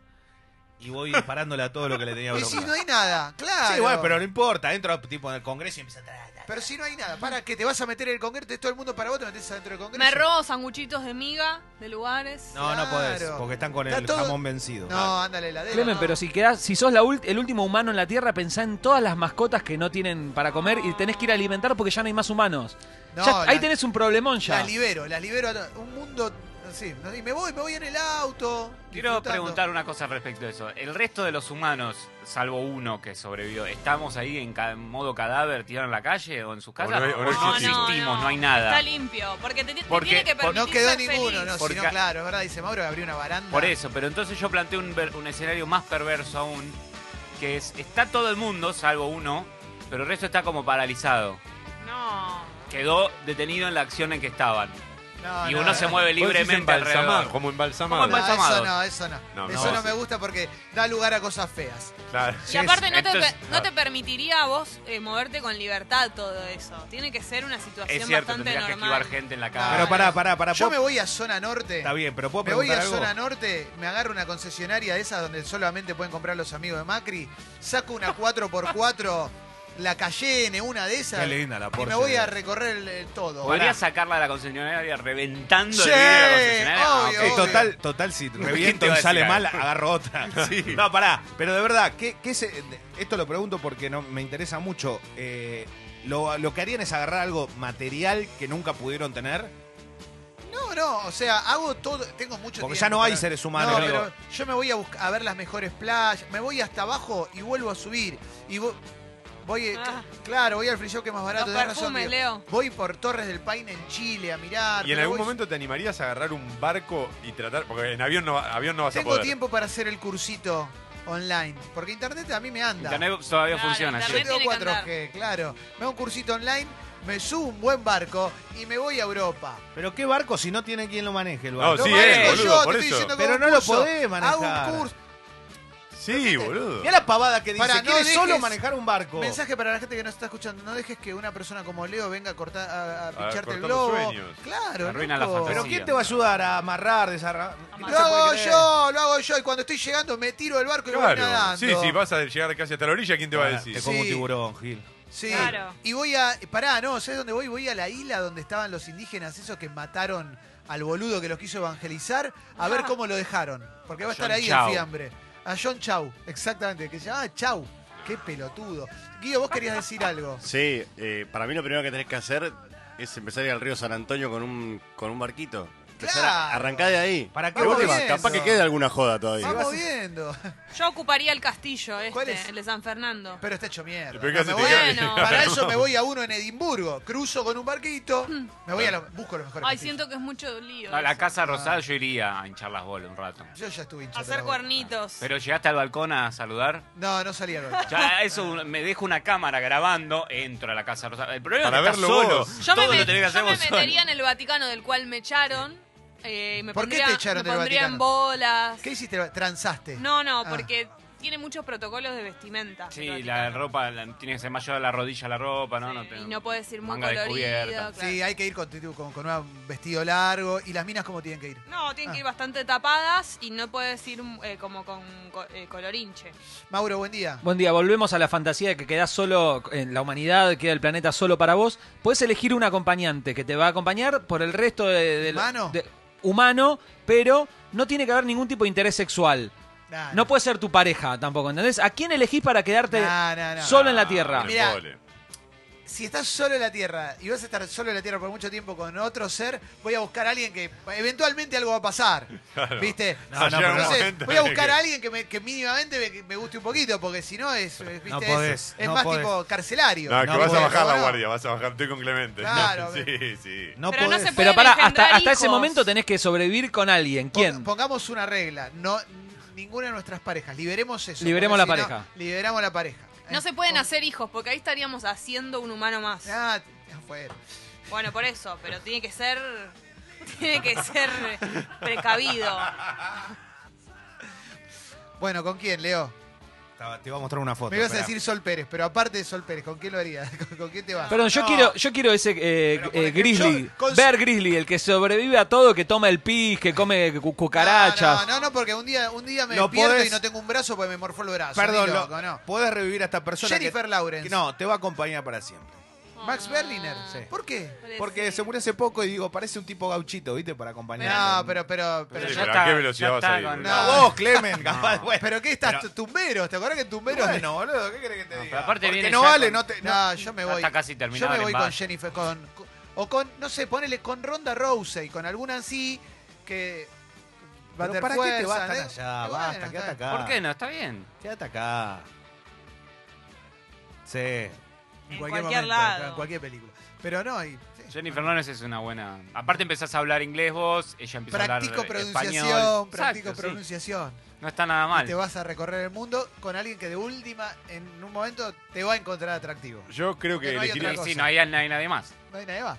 Speaker 4: y voy disparándole a todo lo que le tenía
Speaker 1: Y si
Speaker 4: bronca.
Speaker 1: no hay nada, claro.
Speaker 4: Sí, bueno, pero no importa. Entro tipo en el congreso y empiezo a. tra- tra-
Speaker 1: Pero si no hay nada, ¿para qué te vas a meter en el Congreso? ¿Te es todo el mundo para vos? ¿Te metes adentro del Congreso?
Speaker 2: Me robo sanguchitos de miga de lugares.
Speaker 4: No, no podés,
Speaker 1: Claro.
Speaker 4: porque están con el
Speaker 1: Está todo-
Speaker 4: jamón vencido.
Speaker 1: No, ándale, la
Speaker 8: Clemen, pero si quedás, si sos la ult- el último humano en la Tierra, pensá en todas las mascotas que no tienen para comer y tenés que ir a alimentar porque ya no hay más humanos.
Speaker 1: No,
Speaker 8: Ya- ahí
Speaker 1: la-
Speaker 8: tenés un problemón ya.
Speaker 1: Las libero, las libero a to- un mundo. Sí, no, y me voy, me voy en el auto.
Speaker 5: Quiero
Speaker 1: disfrutando.
Speaker 5: preguntar una cosa respecto a eso. El resto de los humanos, salvo uno que sobrevivió, ¿estamos ahí en ca- modo cadáver tirado en la calle o en sus casas?
Speaker 3: no hay- o no
Speaker 5: no
Speaker 3: existimos.
Speaker 5: existimos, no hay
Speaker 2: Está
Speaker 5: nada.
Speaker 2: limpio. Porque te, te
Speaker 5: Porque-
Speaker 2: tiene que permitir
Speaker 1: No quedó
Speaker 2: ser
Speaker 1: ninguno,
Speaker 2: feliz.
Speaker 1: no,
Speaker 5: Porque-
Speaker 1: sino claro, es verdad, dice Mauro que abrió una baranda.
Speaker 5: Por eso, pero entonces yo planteo un, ver- un escenario más perverso aún, que es, está todo el mundo, salvo uno, pero el resto está como paralizado.
Speaker 2: No.
Speaker 5: Quedó detenido en la acción en que estaban.
Speaker 1: No,
Speaker 5: y
Speaker 1: Ah, no, eh,
Speaker 5: uno se
Speaker 1: no.
Speaker 5: mueve libremente alrededor.
Speaker 3: Como embalsamado.
Speaker 1: No,
Speaker 5: Como
Speaker 1: eso
Speaker 5: embalsamado.
Speaker 1: no, eso no.
Speaker 3: No,
Speaker 1: eso
Speaker 3: no,
Speaker 1: no
Speaker 3: sí.
Speaker 1: me gusta porque da lugar a cosas feas.
Speaker 3: Claro.
Speaker 2: Y aparte no,
Speaker 5: entonces-
Speaker 2: te, per- no te permitiría a vos eh, moverte con libertad todo eso. Tiene que ser una situación
Speaker 5: Es cierto,
Speaker 2: bastante
Speaker 5: tendrías que
Speaker 2: normal.
Speaker 5: esquivar gente en la calle.
Speaker 4: Pero pará, pará, pará.
Speaker 1: Yo
Speaker 4: ¿puedo-
Speaker 1: me voy a zona norte.
Speaker 4: Está bien, pero puedo
Speaker 1: Me voy
Speaker 4: preguntar
Speaker 1: a
Speaker 4: algo?
Speaker 1: zona norte, me agarro una concesionaria de esas donde solamente pueden comprar los amigos de Macri, saco una 4x4, la Cayenne, una de esas,
Speaker 4: Qué linda la
Speaker 1: y
Speaker 4: Porsche. eh.
Speaker 1: me voy a recorrer el- el todo.
Speaker 5: Podría sacarla de la concesionaria reventando
Speaker 1: Sí,
Speaker 5: el vidrio de la concesionaria. Ah,
Speaker 1: obvio,
Speaker 5: ok.
Speaker 4: Sí, total, total, si reviento
Speaker 5: te va
Speaker 4: y
Speaker 5: a
Speaker 4: sale
Speaker 5: decir
Speaker 4: mal, agarro otra. No, pará. Pero de verdad, ¿qué, qué se- esto lo pregunto porque no, me interesa mucho. Eh, lo, lo que harían es agarrar algo material que nunca pudieron tener.
Speaker 1: No, no, o sea, hago todo, tengo mucho tiempo
Speaker 4: Porque ya no hay
Speaker 1: para-
Speaker 4: seres humanos,
Speaker 1: No,
Speaker 4: digo.
Speaker 1: pero yo me voy a, buscar, a ver las mejores playas, me voy hasta abajo y vuelvo a subir. Y vo- voy, eh,
Speaker 2: Ah.
Speaker 1: claro, voy al free shop que es más barato.
Speaker 2: Los
Speaker 1: tenés razón,
Speaker 2: perfumes,
Speaker 1: digo.
Speaker 2: Leo.
Speaker 1: Voy por Torres del Paine en Chile a mirar.
Speaker 3: ¿Y en
Speaker 1: pero
Speaker 3: algún
Speaker 1: voy-
Speaker 3: momento te animarías a agarrar un barco y tratar.? Porque en avión no, va- avión no vas a
Speaker 1: Tengo
Speaker 3: poder.
Speaker 1: tiempo para hacer el cursito online, porque internet a mí me anda.
Speaker 5: Internet todavía
Speaker 2: Claro,
Speaker 5: funciona. sí.
Speaker 1: Yo
Speaker 2: Internet
Speaker 1: tengo
Speaker 2: tiene que
Speaker 1: 4G, claro. Me hago un cursito online, me subo un buen barco y me voy a Europa.
Speaker 4: Pero qué barco si no tiene quien lo maneje el
Speaker 3: No,
Speaker 4: barco.
Speaker 3: Oh, sí,
Speaker 1: manejo
Speaker 3: eh, boludo,
Speaker 1: yo,
Speaker 3: por
Speaker 1: te estoy
Speaker 3: eso.
Speaker 1: diciendo que
Speaker 4: Pero
Speaker 1: hago un
Speaker 4: no lo
Speaker 1: curso,
Speaker 4: podés manejar.
Speaker 1: Hago un curso.
Speaker 3: Sí, boludo.
Speaker 4: Mirá la pavada que dice.
Speaker 1: Para, no
Speaker 4: quiere solo
Speaker 1: dejes-
Speaker 4: manejar un barco.
Speaker 1: Mensaje para la gente que nos está escuchando. No dejes que una persona como Leo venga a, cortar, a, a pincharte el
Speaker 3: cortar los
Speaker 1: globo.
Speaker 3: sueños.
Speaker 1: Claro,
Speaker 5: Arruina
Speaker 1: loco.
Speaker 5: la fantasía.
Speaker 4: Pero ¿quién te va a ayudar a amarrar, desarrar?
Speaker 1: Pero Lo hago yo, lo hago yo. Y cuando estoy llegando me tiro del barco y voy
Speaker 3: Claro.
Speaker 1: nadando.
Speaker 3: Sí, sí, vas a llegar casi hasta la orilla, ¿quién te va a decir?
Speaker 4: Te como un
Speaker 1: Sí.
Speaker 4: tiburón, Gil.
Speaker 1: Sí.
Speaker 2: Claro.
Speaker 1: Y voy a. Pará, no, ¿sabes dónde voy? Voy a la isla donde estaban los indígenas, esos que mataron al boludo que los quiso evangelizar, a
Speaker 2: Ah.
Speaker 1: ver cómo lo dejaron. Porque
Speaker 5: A
Speaker 1: va a estar
Speaker 5: John
Speaker 1: ahí
Speaker 5: Chau.
Speaker 1: el fiambre. A John Chau, exactamente, que se llamaba Chau. Qué pelotudo. Guido, vos querías decir algo.
Speaker 7: Sí, eh, para mí lo primero que tenés que hacer es empezar a ir al río San Antonio con un, con un barquito. Empezar a
Speaker 1: Claro.
Speaker 7: arrancar de ahí.
Speaker 4: ¿Para qué
Speaker 7: De
Speaker 1: Vamos
Speaker 7: última,
Speaker 1: viendo.
Speaker 7: capaz que quede alguna joda todavía.
Speaker 1: Vamos viendo.
Speaker 2: Yo ocuparía el castillo
Speaker 1: ¿Cuál
Speaker 2: este,
Speaker 1: es?
Speaker 2: el de San Fernando.
Speaker 1: Pero está hecho mierda.
Speaker 3: Pero
Speaker 1: No,
Speaker 3: casi
Speaker 1: me
Speaker 3: te
Speaker 1: voy-
Speaker 3: cae.
Speaker 2: Bueno.
Speaker 1: para eso me voy a uno en Edimburgo. Cruzo con un barquito. Me voy a los, busco los mejores.
Speaker 2: Ay,
Speaker 1: castillos.
Speaker 2: siento que es mucho lío.
Speaker 5: A la
Speaker 2: eso.
Speaker 5: casa rosada yo iría a hinchar las bolas un rato.
Speaker 1: Yo ya estuve hinchado.
Speaker 2: Hacer
Speaker 1: la boca.
Speaker 2: cuernitos.
Speaker 5: Pero llegaste al balcón a saludar.
Speaker 1: No, no salía con
Speaker 5: Ya, eso un- me dejo una cámara grabando, entro a la casa rosada. El problema
Speaker 3: Para
Speaker 5: es que estás
Speaker 3: verlo
Speaker 5: solo.
Speaker 3: vos.
Speaker 2: yo me,
Speaker 5: Todo lo
Speaker 2: met-
Speaker 5: tenés que hacer
Speaker 2: yo me
Speaker 5: vos solo.
Speaker 2: metería en el Vaticano del cual me echaron. eh, y me
Speaker 1: ¿Por qué
Speaker 2: pondría,
Speaker 1: te echaron
Speaker 2: me
Speaker 1: del
Speaker 2: pondría
Speaker 1: Vaticano?
Speaker 2: en bolas.
Speaker 1: ¿Qué hiciste? ¿Transaste?
Speaker 2: No, no,
Speaker 1: Ah.
Speaker 2: porque tiene muchos protocolos de vestimenta. el
Speaker 5: Sí, la
Speaker 2: Vaticano.
Speaker 5: ropa la- tiene que ser mayor a la rodilla la ropa, ¿no?
Speaker 2: Sí,
Speaker 5: te-
Speaker 2: y no puedes ir muy
Speaker 5: manga
Speaker 2: colorido.
Speaker 5: descubierta.
Speaker 2: claro.
Speaker 1: Sí, hay que ir con, con, con un vestido largo. ¿Y las minas cómo tienen que ir?
Speaker 2: No, tienen
Speaker 1: Ah.
Speaker 2: que ir bastante tapadas y no puedes ir eh, como con co- eh, colorinche.
Speaker 1: Mauro, buen día.
Speaker 8: Buen día, volvemos a la fantasía de que quedás solo en la humanidad, queda el planeta solo para vos. Podés elegir un acompañante que te va a acompañar por el resto de- del
Speaker 1: ¿Humano?
Speaker 8: de- humano, pero no tiene que haber ningún tipo de interés sexual.
Speaker 1: Nah,
Speaker 8: No puede ser tu pareja tampoco, ¿entendés? ¿A quién elegís para quedarte
Speaker 1: nah, nah, nah.
Speaker 8: solo en la
Speaker 3: Ah,
Speaker 8: Tierra?
Speaker 3: un
Speaker 1: Mirá.
Speaker 3: embole.
Speaker 1: Si estás solo en la Tierra y vas a estar solo en la Tierra por mucho tiempo con otro ser, voy a buscar a alguien que eventualmente algo va a pasar. ¿Viste?
Speaker 3: No, no,
Speaker 1: sé,
Speaker 3: llega un momento
Speaker 1: voy a
Speaker 3: en el
Speaker 1: buscar
Speaker 3: que-
Speaker 1: a alguien que, me, que mínimamente me, me guste un poquito, porque si no es, es, ¿viste?
Speaker 4: No
Speaker 1: Es-
Speaker 4: podés,
Speaker 1: es
Speaker 4: no
Speaker 1: más
Speaker 4: podés.
Speaker 1: tipo carcelario.
Speaker 3: No, que
Speaker 4: No,
Speaker 3: vas a
Speaker 4: bueno,
Speaker 3: bajar la
Speaker 1: no.
Speaker 3: guardia, vas a bajar. Estoy con Clemente.
Speaker 1: Claro,
Speaker 3: No, sí, sí.
Speaker 4: No
Speaker 2: Pero no
Speaker 4: podés.
Speaker 2: se puede-
Speaker 8: Pero pará, hasta,
Speaker 2: engendrar
Speaker 8: hasta ese
Speaker 2: hijos.
Speaker 8: momento tenés que sobrevivir con alguien.
Speaker 1: Pon-
Speaker 8: ¿Quién?
Speaker 1: Pongamos una regla. No, ninguna de nuestras parejas. Liberemos eso.
Speaker 8: Liberemos
Speaker 1: porque
Speaker 8: la
Speaker 1: si no,
Speaker 8: pareja.
Speaker 1: liberamos la pareja.
Speaker 2: No se pueden hacer hijos porque ahí estaríamos haciendo un humano más.
Speaker 1: Eh, Ah, t- afuera.
Speaker 2: Bueno, por eso, pero tiene que ser. Tiene que ser precavido.
Speaker 1: Bueno, ¿con quién, Leo?
Speaker 4: Estaba- Te iba a mostrar una foto.
Speaker 1: Me ibas a
Speaker 4: esperá.
Speaker 1: decir Sol Pérez, pero aparte de Sol Pérez, ¿con quién lo harías? ¿Con, con quién te vas?
Speaker 8: Perdón, yo
Speaker 1: No.
Speaker 8: quiero, yo quiero ese eh,
Speaker 4: Pero, por
Speaker 8: eh,
Speaker 4: ejemplo,
Speaker 8: grizzly,
Speaker 1: yo- con-
Speaker 8: Bear Grizzly, el que sobrevive a todo, que toma el pis, que come cu- cucarachas.
Speaker 1: No, no, no, no, porque un día, un día me
Speaker 4: Lo
Speaker 1: despierto
Speaker 4: podés-
Speaker 1: y no tengo un brazo porque me morfó el brazo.
Speaker 4: Perdón,
Speaker 1: Ni
Speaker 4: lo-
Speaker 1: loco, no.
Speaker 4: podés revivir a esta persona. que-
Speaker 1: Jennifer Lawrence.
Speaker 4: que no, te va a acompañar para siempre.
Speaker 1: Max Berliner.
Speaker 4: Sí.
Speaker 1: ¿Por qué?
Speaker 4: Porque se murió hace poco y digo, parece un tipo gauchito, ¿viste? Para acompañar.
Speaker 1: No, pero, pero, pero,
Speaker 5: Pero
Speaker 3: Sí,
Speaker 5: ya
Speaker 1: yo-
Speaker 3: pero
Speaker 5: está,
Speaker 3: ¿a qué velocidad
Speaker 5: ya
Speaker 3: vas
Speaker 5: está
Speaker 3: a ir?
Speaker 5: con-
Speaker 1: No.
Speaker 4: A vos, Clemen, capaz. bueno.
Speaker 1: ¿Pero qué estás?
Speaker 4: Pero-
Speaker 1: Tumberos, ¿te acordás que Tumberos?
Speaker 4: Bueno, boludo, ¿qué querés que te
Speaker 5: No,
Speaker 4: diga?
Speaker 5: pero aparte
Speaker 4: Porque
Speaker 5: viene
Speaker 4: no
Speaker 5: ya
Speaker 4: vale,
Speaker 5: con-
Speaker 4: no te. no-
Speaker 1: No, yo me voy.
Speaker 5: Está casi
Speaker 1: Yo
Speaker 5: terminado
Speaker 1: me
Speaker 5: el
Speaker 1: voy con
Speaker 5: embate.
Speaker 1: Jennifer, con, con- o con, no sé, ponele con Ronda Rousey, con alguna así que... va a
Speaker 4: Pero
Speaker 1: tener
Speaker 4: ¿Para qué te vas
Speaker 1: fuerza, ¿eh?
Speaker 4: tan
Speaker 1: ¿no?
Speaker 4: allá?
Speaker 1: Y bueno,
Speaker 4: Basta,
Speaker 1: está
Speaker 4: quédate
Speaker 1: bien.
Speaker 4: acá.
Speaker 5: ¿Por qué no? Está bien.
Speaker 4: Quédate acá. Sí.
Speaker 1: En
Speaker 2: En
Speaker 1: cualquier,
Speaker 2: cualquier
Speaker 1: momento,
Speaker 2: lado.
Speaker 1: en cualquier película. Pero no, y, sí.
Speaker 5: Jennifer Lawrence es una buena. Aparte empezás a hablar inglés vos, ella empieza a
Speaker 1: practico
Speaker 5: hablar eh,
Speaker 1: pronunciación,
Speaker 5: español.
Speaker 1: practico
Speaker 5: Exacto, sí.
Speaker 1: pronunciación.
Speaker 5: No está nada
Speaker 1: Y
Speaker 5: mal.
Speaker 1: te vas a recorrer el mundo con alguien que de última, en un momento, te va a encontrar atractivo.
Speaker 3: Yo creo que
Speaker 1: Porque no hay
Speaker 3: elegiría,
Speaker 1: otra
Speaker 5: Sí,
Speaker 1: cosa.
Speaker 5: sí, no hay, no hay nadie más.
Speaker 1: No hay nadie más.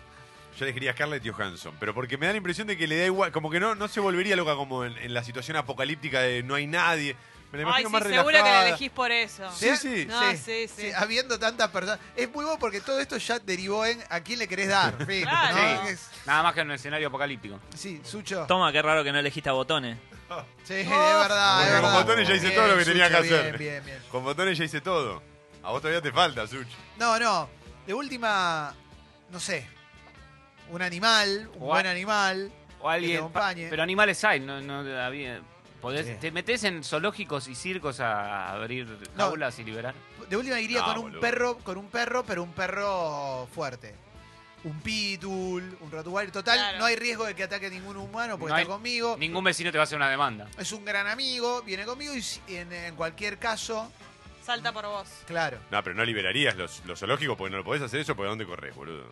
Speaker 3: yo elegiría a Scarlett Johansson, pero porque me da la impresión de que le da igual, como que no, no se volvería loca como en, en la situación apocalíptica de no hay nadie. Me la
Speaker 2: Ay,
Speaker 3: imagino
Speaker 2: sí,
Speaker 3: más
Speaker 2: seguro que
Speaker 3: relajada.
Speaker 2: la elegís por eso.
Speaker 3: Sí, sí.
Speaker 2: No, sí, sí.
Speaker 1: Habiendo tantas personas. Es muy bueno porque todo esto ya derivó en a quién le querés dar. fin,
Speaker 2: Claro.
Speaker 1: ¿no? Es-
Speaker 5: Nada más que en un escenario apocalíptico.
Speaker 1: Sí, Sucho.
Speaker 9: Toma, qué raro que no elegiste a botones.
Speaker 1: Sí, es verdad,
Speaker 3: Oh. Porque
Speaker 1: es
Speaker 3: con
Speaker 1: verdad.
Speaker 3: botones ya hice todo lo que tenía que
Speaker 1: bien,
Speaker 3: hacer.
Speaker 1: bien, bien.
Speaker 3: Con botones ya hice todo. A vos todavía te falta, Such.
Speaker 1: No, no. De última, no sé. Un animal, un
Speaker 5: O
Speaker 1: buen
Speaker 5: a-
Speaker 1: animal.
Speaker 5: O alguien.
Speaker 1: acompañe.
Speaker 5: pa- Pero animales hay, no, no había- podés-
Speaker 4: Sí.
Speaker 5: ¿Te metes en zoológicos y circos a abrir
Speaker 1: No.
Speaker 5: aulas y liberar?
Speaker 1: De última iría
Speaker 9: Ah,
Speaker 3: No,
Speaker 1: con un
Speaker 3: boludo.
Speaker 1: perro, con un perro, pero un perro fuerte. Un pitbull, un rottweiler. Total,
Speaker 2: Claro.
Speaker 1: no hay riesgo de que ataque ningún humano porque
Speaker 5: No
Speaker 1: está
Speaker 5: hay-
Speaker 1: conmigo.
Speaker 5: Ningún vecino te va a hacer una demanda.
Speaker 1: Es un gran amigo, viene conmigo y si- en, en cualquier caso,
Speaker 2: Salta por vos.
Speaker 1: claro.
Speaker 3: No, pero no liberarías los, los zoológicos porque no lo podés hacer eso porque ¿a dónde corres, boludo?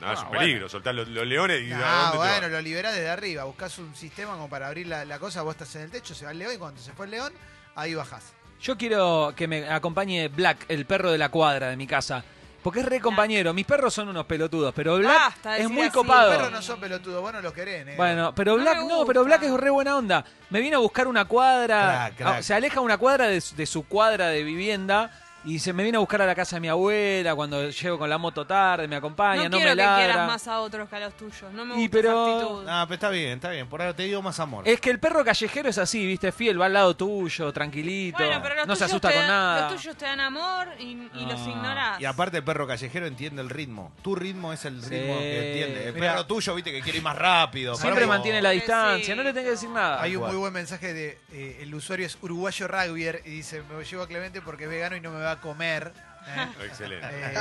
Speaker 3: No,
Speaker 5: Ah,
Speaker 3: es un
Speaker 5: bueno.
Speaker 3: peligro. Soltás los, los leones y ¿a
Speaker 1: Ah,
Speaker 3: dónde te
Speaker 1: bueno,
Speaker 3: vas?
Speaker 1: lo liberás desde arriba. Buscás un sistema como para abrir la, la cosa. Vos estás en el techo, se va el león y cuando se fue el león, ahí bajás.
Speaker 8: Yo quiero que me acompañe Black, el perro de la cuadra de mi casa. Porque es re compañero. Mis perros son unos pelotudos, pero Black
Speaker 2: Basta de
Speaker 8: es
Speaker 2: decir
Speaker 8: muy
Speaker 2: así.
Speaker 8: copado.
Speaker 1: Los perros no son pelotudos, vos no los querés, eh.
Speaker 8: Bueno, pero
Speaker 2: No
Speaker 8: Black
Speaker 2: me
Speaker 8: no,
Speaker 2: gusta.
Speaker 8: pero Black es re buena onda. Me vino a buscar una cuadra,
Speaker 4: Crack, crack.
Speaker 8: ah, se aleja una cuadra de, su- de su cuadra de vivienda y se me viene a buscar a la casa de mi abuela cuando llego con la moto tarde, me acompaña, Ah, no,
Speaker 2: no quiero
Speaker 8: me
Speaker 2: que
Speaker 8: ladra.
Speaker 2: quieras más a otros que a los tuyos. No me
Speaker 8: Y
Speaker 2: gusta
Speaker 8: pero-
Speaker 2: esa actitud.
Speaker 4: Ah, pero está bien, está bien. Por ahora te digo más amor.
Speaker 8: Es que el perro callejero es así, viste, fiel, va al lado tuyo, tranquilito,
Speaker 2: Bueno, pero los
Speaker 8: no se
Speaker 2: tuyos
Speaker 8: asusta
Speaker 2: te
Speaker 8: con
Speaker 2: dan-
Speaker 8: nada.
Speaker 2: Los tuyos te dan amor y, y los
Speaker 8: No.
Speaker 2: ignorás.
Speaker 4: Y aparte el perro callejero entiende el ritmo. Tu ritmo es el ritmo que entiende. El
Speaker 8: Mirá.
Speaker 4: perro tuyo, viste, que quiere ir más rápido.
Speaker 8: Siempre
Speaker 4: Pará,
Speaker 8: mantiene la
Speaker 2: Sí,
Speaker 8: distancia, no le
Speaker 2: sí.
Speaker 8: tenés que decir nada.
Speaker 1: Hay un
Speaker 4: cual.
Speaker 1: muy buen mensaje de eh, el usuario es uruguayo rugbier y dice, me llevo a Clemente porque es vegano y no me va a comer. ¿eh?
Speaker 3: Excelente.
Speaker 1: Eh,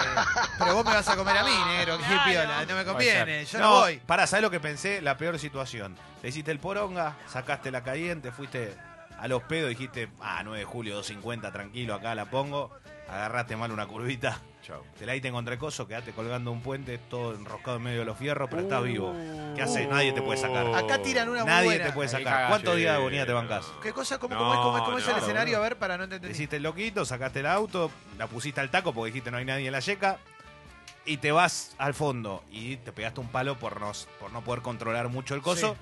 Speaker 1: pero vos me vas a comer a mí, negro, qué
Speaker 2: Claro.
Speaker 1: piola, no me
Speaker 4: Puede
Speaker 1: conviene,
Speaker 4: ser.
Speaker 1: yo no, voy.
Speaker 4: Pará, ¿sabes lo que pensé? La peor situación. Te hiciste el poronga, sacaste la caliente, fuiste a los pedos, dijiste, ah, 9 de julio, 250, tranquilo, acá la pongo. Agarraste mal una curvita.
Speaker 3: Chau.
Speaker 4: Te la hice contra el coso, quedaste colgando un puente, todo enroscado en medio de los fierros, pero estás vivo. ¿Qué haces? Nadie te puede sacar.
Speaker 3: Uh.
Speaker 1: Acá tiran una muy
Speaker 4: Nadie
Speaker 1: buena.
Speaker 4: te puede
Speaker 3: Ahí
Speaker 4: sacar.
Speaker 3: cagaste. eh,
Speaker 4: ¿Cuántos días de agonía te bancás?
Speaker 1: ¿Qué cosa? ¿Cómo,
Speaker 3: No,
Speaker 1: cómo es, cómo es- cómo es el
Speaker 3: no,
Speaker 1: escenario?
Speaker 4: boludo.
Speaker 1: A ver, para no
Speaker 4: Te
Speaker 1: entender.
Speaker 4: hiciste el loquito, sacaste el auto, la pusiste al taco porque dijiste no hay nadie en la yeca. Y te vas al fondo y te pegaste un palo por no, por no poder controlar mucho el coso.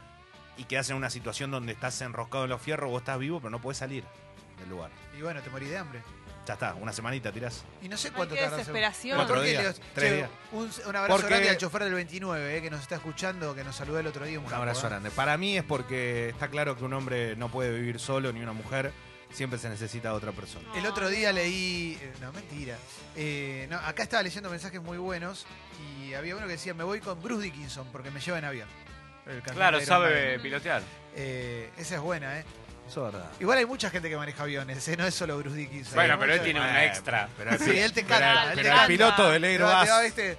Speaker 4: Y quedas en una situación donde estás enroscado en los fierros, vos estás vivo, pero no puedes salir del lugar.
Speaker 1: Y bueno, te morís de hambre.
Speaker 4: Ya está, una semanita tirás.
Speaker 1: Y no sé
Speaker 2: Ay,
Speaker 1: cuánto
Speaker 2: qué
Speaker 1: tardas.
Speaker 2: desesperación.
Speaker 4: Cuatro
Speaker 1: ¿Por qué
Speaker 4: días,
Speaker 1: le-
Speaker 4: tres
Speaker 1: Che,
Speaker 4: días.
Speaker 1: Un, un abrazo
Speaker 4: Porque-
Speaker 1: grande al chofer del 29, eh, que nos está escuchando, que nos saludó el otro día. Un,
Speaker 4: Un
Speaker 1: capo,
Speaker 4: abrazo
Speaker 1: eh.
Speaker 4: grande. Para mí es porque está claro que un hombre no puede vivir solo, ni una mujer. Siempre se necesita de otra persona.
Speaker 1: El otro día leí. eh, No, mentira. Eh, no, acá estaba leyendo mensajes muy buenos y había uno que decía: Me voy con Bruce Dickinson porque me lleva en avión. El cantante
Speaker 5: Claro,
Speaker 1: de Iron
Speaker 5: sabe
Speaker 1: Maiden.
Speaker 5: pilotear.
Speaker 1: Eh, esa es buena, ¿eh?
Speaker 4: Eso es verdad.
Speaker 1: Igual hay mucha gente que maneja aviones, ¿eh? no es solo Bruce Dickinson.
Speaker 5: Bueno,
Speaker 1: Hay
Speaker 5: pero él
Speaker 1: mucha-
Speaker 5: tiene un
Speaker 4: Bueno,
Speaker 5: extra.
Speaker 4: Pero el,
Speaker 1: Sí, él te
Speaker 4: pero el-
Speaker 1: encanta. él
Speaker 4: pero
Speaker 1: te
Speaker 4: el
Speaker 1: encanta.
Speaker 4: piloto del
Speaker 1: Te va- te va,
Speaker 4: Airbus
Speaker 1: ¿viste?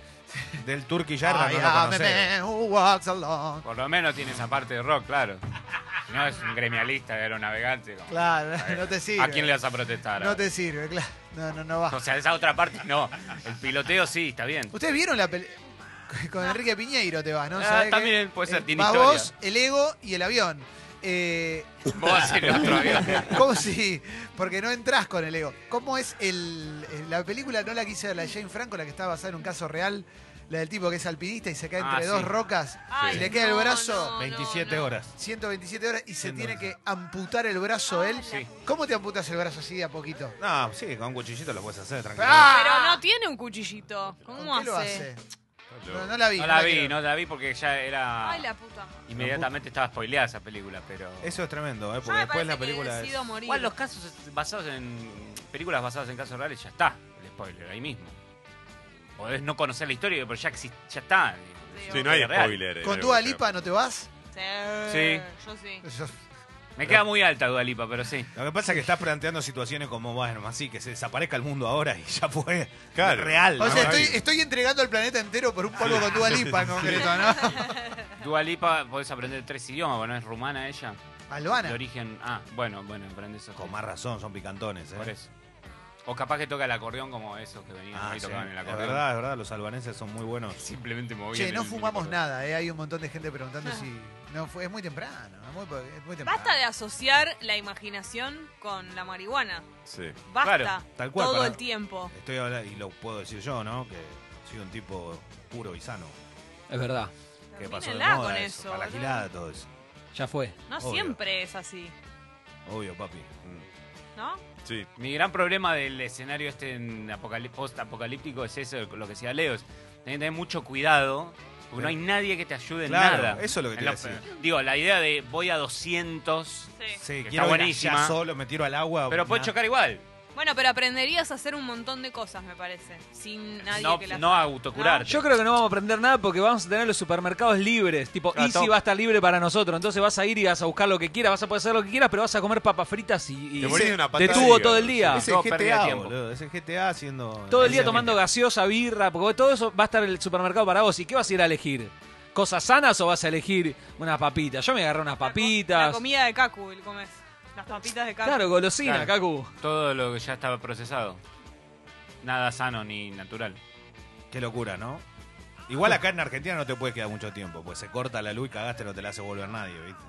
Speaker 4: del Turkey Yarra
Speaker 1: I
Speaker 4: no lo
Speaker 1: am a
Speaker 4: conocés.
Speaker 1: man who walks alone.
Speaker 5: Por lo menos tiene esa parte de rock, claro. No es un gremialista de aeronavegante. como-
Speaker 1: Claro, no te sirve.
Speaker 5: ¿A quién le vas a protestar?
Speaker 1: No te sirve, claro. No, no, no
Speaker 5: O
Speaker 1: va.
Speaker 5: sea, esa otra parte no. El piloteo sí, está bien.
Speaker 1: ¿Ustedes vieron la pelea? Con Enrique Piñeiro te vas, ¿no?
Speaker 5: Ah,
Speaker 1: ¿Sabés qué? Eh,
Speaker 5: también puede ser, tiene
Speaker 1: vas
Speaker 5: historia.
Speaker 1: vos, el ego y el avión. Eh,
Speaker 5: Vos haces el otro avión.
Speaker 1: ¿Cómo si? Porque no entras con el ego. ¿Cómo es el, el- la película, no la que hizo la de Jane Franco, la que está basada en un caso real? La del tipo que es alpinista y se cae
Speaker 5: Ah,
Speaker 1: entre
Speaker 5: sí.
Speaker 1: dos rocas
Speaker 2: Ay,
Speaker 1: y le queda el
Speaker 2: no,
Speaker 1: brazo
Speaker 2: no,
Speaker 4: 27
Speaker 2: no, no.
Speaker 4: horas.
Speaker 1: 127 horas y se
Speaker 4: Sí,
Speaker 1: tiene
Speaker 4: no.
Speaker 1: que amputar el brazo él.
Speaker 5: Sí.
Speaker 1: ¿Cómo te amputas el brazo así de a poquito?
Speaker 4: No, sí, con un cuchillito lo puedes hacer tranquilo.
Speaker 1: Ah.
Speaker 2: Pero no tiene un cuchillito. ¿Cómo
Speaker 1: ¿Con qué
Speaker 2: hace?
Speaker 1: lo hace? No, no la vi.
Speaker 5: No la vi,
Speaker 1: quiero.
Speaker 5: no la vi porque ya era.
Speaker 2: Ay, la puta madre.
Speaker 5: Inmediatamente estaba spoileada esa película, pero.
Speaker 4: Eso es tremendo, ¿eh?
Speaker 2: Yo me
Speaker 4: porque
Speaker 2: parece
Speaker 4: después la
Speaker 2: que
Speaker 4: película es...
Speaker 2: decido morir.
Speaker 5: Igual los casos basados en. Películas basadas en casos reales ya está. El spoiler ahí mismo. Podés no conocer la historia, pero ya, exist- ya está.
Speaker 2: Sí,
Speaker 5: Es
Speaker 3: Sí,
Speaker 5: una
Speaker 3: no hay
Speaker 5: historia real.
Speaker 3: spoiler.
Speaker 1: ¿Con
Speaker 3: tu
Speaker 1: Dua Lipa no te vas?
Speaker 2: Sí, Yo sí.
Speaker 1: Yo-
Speaker 5: Me queda muy alta Dualipa, pero sí.
Speaker 4: Lo que pasa es que estás planteando situaciones como, bueno, así, que se desaparezca el mundo ahora y ya fue
Speaker 3: Claro.
Speaker 4: real.
Speaker 1: O
Speaker 4: ¿no?
Speaker 1: sea, estoy, estoy entregando el planeta entero por un polvo con Dua Lipa en concreto, ¿no?
Speaker 5: Dualipa podés aprender tres idiomas, porque no es rumana ella.
Speaker 1: Albana.
Speaker 5: De origen. Ah, bueno, bueno, aprende eso.
Speaker 4: Con más razón, son picantones, ¿eh?
Speaker 5: Por eso. O capaz que toca el acordeón como esos que venían
Speaker 4: Ah,
Speaker 5: y
Speaker 4: sí.
Speaker 5: tocaban el
Speaker 4: Es
Speaker 5: acordeón.
Speaker 4: verdad, es verdad, los albaneses son muy buenos.
Speaker 5: Simplemente movían.
Speaker 1: Che, no
Speaker 5: el-
Speaker 1: fumamos
Speaker 5: el-
Speaker 1: nada, ¿eh? Hay un montón de gente preguntando si. No, fue, es muy temprano. Es muy, es muy temprano.
Speaker 2: Ah. Basta de asociar la imaginación con la marihuana.
Speaker 3: Sí.
Speaker 2: Basta.
Speaker 5: Claro,
Speaker 4: tal cual,
Speaker 2: Todo
Speaker 4: para-
Speaker 2: el tiempo.
Speaker 4: Estoy hablando, y lo puedo decir yo, ¿no? Que soy un tipo puro y sano.
Speaker 8: Es verdad,
Speaker 4: Que pasó de
Speaker 2: Termínenla
Speaker 4: moda
Speaker 2: con
Speaker 4: eso,
Speaker 2: eso,
Speaker 4: para la
Speaker 2: boludo.
Speaker 4: gilada todo eso.
Speaker 8: ya fue.
Speaker 2: No
Speaker 4: Obvio.
Speaker 2: siempre es así,
Speaker 4: Obvio, papi.
Speaker 2: ¿no?
Speaker 3: Sí.
Speaker 5: Mi gran problema del escenario este en apocalip- post-apocalíptico es eso, lo que decía Leo. es Tenés que tener mucho cuidado, porque no hay nadie que te ayude en
Speaker 4: Claro,
Speaker 5: nada.
Speaker 4: eso es lo que te
Speaker 5: En
Speaker 4: iba a
Speaker 5: los-
Speaker 4: decir.
Speaker 5: Digo, la idea de voy a 200,
Speaker 2: Sí.
Speaker 4: Sí,
Speaker 5: Está
Speaker 4: quiero ir allá
Speaker 5: buenísima.
Speaker 4: solo, me tiro al agua.
Speaker 5: pero puedes
Speaker 4: na-
Speaker 5: chocar igual.
Speaker 2: Bueno, pero aprenderías a hacer un montón de cosas, me parece. Sin nadie
Speaker 5: No,
Speaker 2: que las
Speaker 5: no autocurarte.
Speaker 8: Yo creo que no vamos a aprender nada porque vamos a tener los supermercados libres. Tipo,
Speaker 5: Claro,
Speaker 8: Easy
Speaker 5: todo-
Speaker 8: va a estar libre para nosotros. Entonces vas a ir y vas a buscar lo que quieras, vas a poder hacer lo que quieras, pero vas a comer papas fritas y, y
Speaker 3: Te morís de una
Speaker 8: de
Speaker 3: patada
Speaker 8: tubo
Speaker 3: de
Speaker 8: todo el
Speaker 3: hígado.
Speaker 8: día.
Speaker 4: Es el
Speaker 5: todo pérdida de
Speaker 4: GTA,
Speaker 5: tiempo.
Speaker 4: boludo. Es el GTA haciendo.
Speaker 8: Todo el día
Speaker 4: haciendo-
Speaker 8: tomando gaseosa, birra, porque todo eso va a estar el supermercado para vos. ¿Y qué vas a ir a elegir? ¿Cosas sanas o vas a elegir unas papitas? Yo me agarré unas
Speaker 2: La co- La
Speaker 8: papitas.
Speaker 2: comida de Cacu, el comes. Las papitas de Cacu.
Speaker 8: Claro, golosina,
Speaker 5: Claro.
Speaker 8: Cacu.
Speaker 5: Todo lo que ya estaba procesado. Nada sano ni natural.
Speaker 4: Qué locura, ¿no? Igual acá en Argentina no te puedes quedar mucho tiempo, pues se corta la luz y cagaste, no te la hace volver nadie, ¿viste?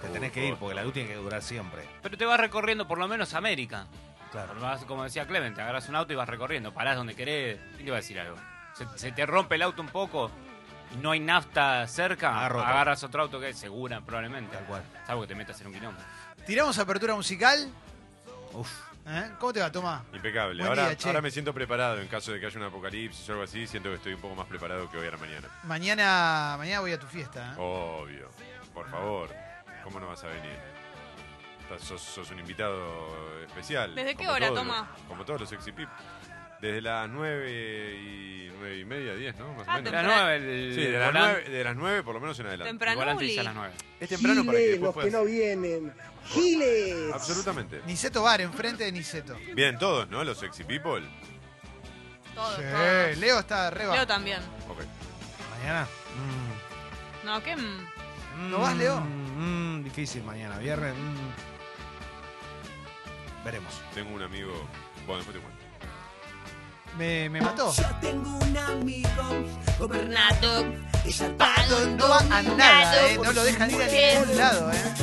Speaker 4: Te tenés que ir porque la luz tiene que durar siempre.
Speaker 5: Pero te vas recorriendo por lo menos América.
Speaker 4: Claro.
Speaker 5: Vas, como decía Clemente, agarras un auto y vas recorriendo, parás donde querés. ¿Quién te va a decir algo? Se, se te rompe el auto un poco y no hay nafta cerca,
Speaker 3: Ah,
Speaker 4: Agarro otro.
Speaker 5: agarras otro auto que es segura, probablemente.
Speaker 4: Tal cual.
Speaker 5: Salvo que te metas en un quilombo.
Speaker 1: Tiramos apertura musical.
Speaker 4: Uf.
Speaker 1: ¿eh? ¿Cómo te va, Tomás?
Speaker 3: Impecable.
Speaker 1: Buen
Speaker 3: Ahora,
Speaker 1: día, che.
Speaker 3: ahora me siento preparado en caso de que haya un apocalipsis o algo así. Siento que estoy un poco más preparado que hoy a la mañana.
Speaker 1: Mañana, mañana voy a tu fiesta.
Speaker 4: Oh.
Speaker 1: ¿eh?
Speaker 3: Obvio. Por favor. ¿Cómo no vas a venir? Estás- Sos, sos un invitado especial.
Speaker 2: ¿Desde qué
Speaker 3: como
Speaker 2: hora,
Speaker 3: todos
Speaker 2: Tomá?
Speaker 3: los- Como todos los sexy pip. Desde las 9 y 9 y media, 10, ¿no? Más
Speaker 2: Ah,
Speaker 3: o menos.
Speaker 5: De las
Speaker 2: temprano.
Speaker 5: nueve, el
Speaker 3: Sí, de las,
Speaker 5: volante-
Speaker 3: 9, de las 9 por lo menos en adelante.
Speaker 5: el
Speaker 2: Temprano,
Speaker 5: volante dice a las nueve.
Speaker 3: Es temprano para que después puedas...
Speaker 10: vienen. Giles.
Speaker 3: Absolutamente.
Speaker 1: Niceto Bar, enfrente de Niceto.
Speaker 3: Bien, todos, ¿no? Los sexy people.
Speaker 2: Todos,
Speaker 1: Sí,
Speaker 2: todos.
Speaker 1: Leo está arriba.
Speaker 2: Leo también.
Speaker 3: Ok.
Speaker 4: Mañana.
Speaker 2: No, ¿qué? mm?
Speaker 1: ¿No vas, Leo?
Speaker 4: Mm, mm, difícil mañana, viernes. mm. Veremos.
Speaker 3: Tengo un amigo... Bueno, después te cuento.
Speaker 1: Me, me mató.
Speaker 2: Bernardo.
Speaker 1: No va a nada, ¿eh? No lo dejan ir a ningún lado, ¿eh?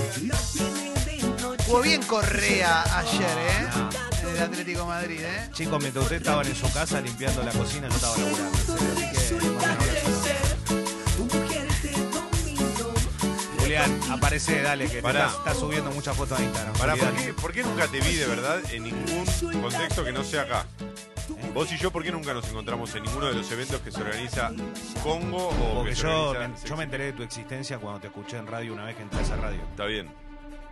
Speaker 1: Jugó bien Correa ayer, ¿eh? En el Atlético de Madrid, ¿eh?
Speaker 4: Chicos, mientras ustedes estaban en su casa limpiando la cocina, yo estaba laburando. en serio, así que, bueno, ahora sí. Julián, aparece, dale, que
Speaker 3: Pará.
Speaker 4: estás, estás subiendo muchas fotos a Instagram.
Speaker 3: Pará, ¿por
Speaker 4: Julián.
Speaker 3: qué, por qué nunca te vi de verdad en ningún contexto que no sea acá? ¿Eh? Vos y yo, ¿por qué nunca nos encontramos en ninguno de los eventos que se organiza Congo o
Speaker 4: Porque
Speaker 3: que se
Speaker 4: yo,
Speaker 3: organiza-
Speaker 4: me- yo me enteré de tu existencia cuando te escuché en radio una vez que entré a esa radio.
Speaker 3: Está bien.